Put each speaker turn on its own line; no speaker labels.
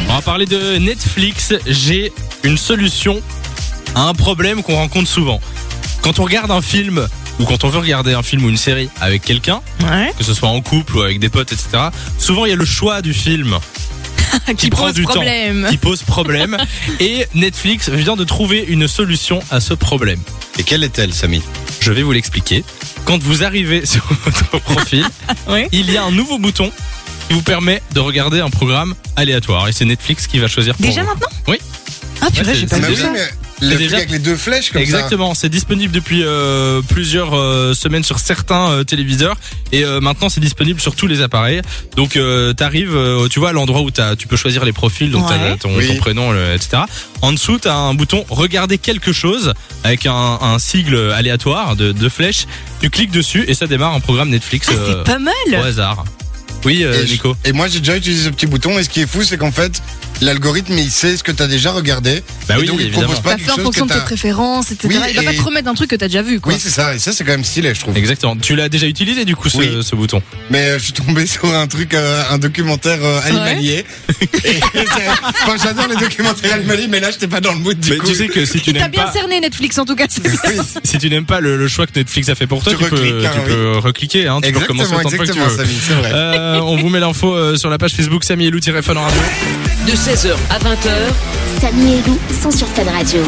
On va parler de Netflix. J'ai une solution à un problème qu'on rencontre souvent. Quand on regarde un film ou quand on veut regarder un film ou une série avec quelqu'un,
Ouais.
que ce soit en couple ou avec des potes, etc., souvent il y a le choix du film
Qui,
prend
pose
du temps.
problème.
qui pose problème. et Netflix vient de trouver une solution à ce problème.
Et quelle est-elle, Samy
Je vais vous l'expliquer. Quand vous arrivez sur votre profil,
Oui.
il y a un nouveau bouton qui vous permet de regarder un programme aléatoire. Et c'est Netflix qui va choisir pour
Déjà
vous.
maintenant
Oui.
Ah
Ouais,
purée,
c'est-
j'ai pas
c'est
Bah
vu
oui,
déjà-
ça.
mais le truc
déjà-
avec les deux flèches comme
Exactement, c'est disponible depuis euh, plusieurs euh, semaines sur certains euh, téléviseurs et euh, maintenant c'est disponible sur tous les appareils. Donc euh, t'arrives, euh, tu vois, à l'endroit où t'as- tu peux choisir les profils, donc t'as
Ouais.
ton,
Oui.
ton prénom, le- etc. En dessous t'as un bouton Regarder quelque chose avec un, un sigle aléatoire de, de flèches. Tu cliques dessus et ça démarre un programme Netflix
Ah,
euh,
c'est pas mal.
au hasard. Oui,
ça.
euh,
Et je-
Nico.
Et moi, j'ai déjà utilisé ce petit bouton. Et ce qui est fou, c'est qu'en fait, l'algorithme, il sait ce que t'as déjà regardé.
Bah
et
oui,
donc, il
évidemment.
propose pas
T'as fait
quelque
en
chose
fonction
que
de tes
t'as.
préférences, etc.
Oui,
Il va
et-
pas te remettre un truc que t'as déjà vu, quoi.
Oui, c'est ça. Et ça, c'est quand même stylé, je trouve.
Exactement. Tu l'as déjà utilisé du coup ce,
Oui.
ce bouton.
Mais euh, je suis tombé sur un truc, euh, un documentaire euh, animalier. Et c'est- enfin, j'adore les documentaires animaliers, mais là, j'étais pas dans le mood du
Mais
coup.
tu sais que si tu
Il t'a
n'aimes
bien
pas,
cerné Netflix en tout cas. c'est ça.
Oui,
si tu n'aimes pas le, le choix que Netflix a fait pour toi,
Tu
tu, peux,
recliques, hein,
tu
oui.
peux recliquer, hein, tu peux
exactement,
recommencer autant de fois que tu
exactement,
veux.
Samy, c'est vrai.
Euh, on vous met l'info euh, sur la page Facebook Samy et Lou Fun Radio.
De 16h à 20h,
Samy et Lou sont sur Fan Radio.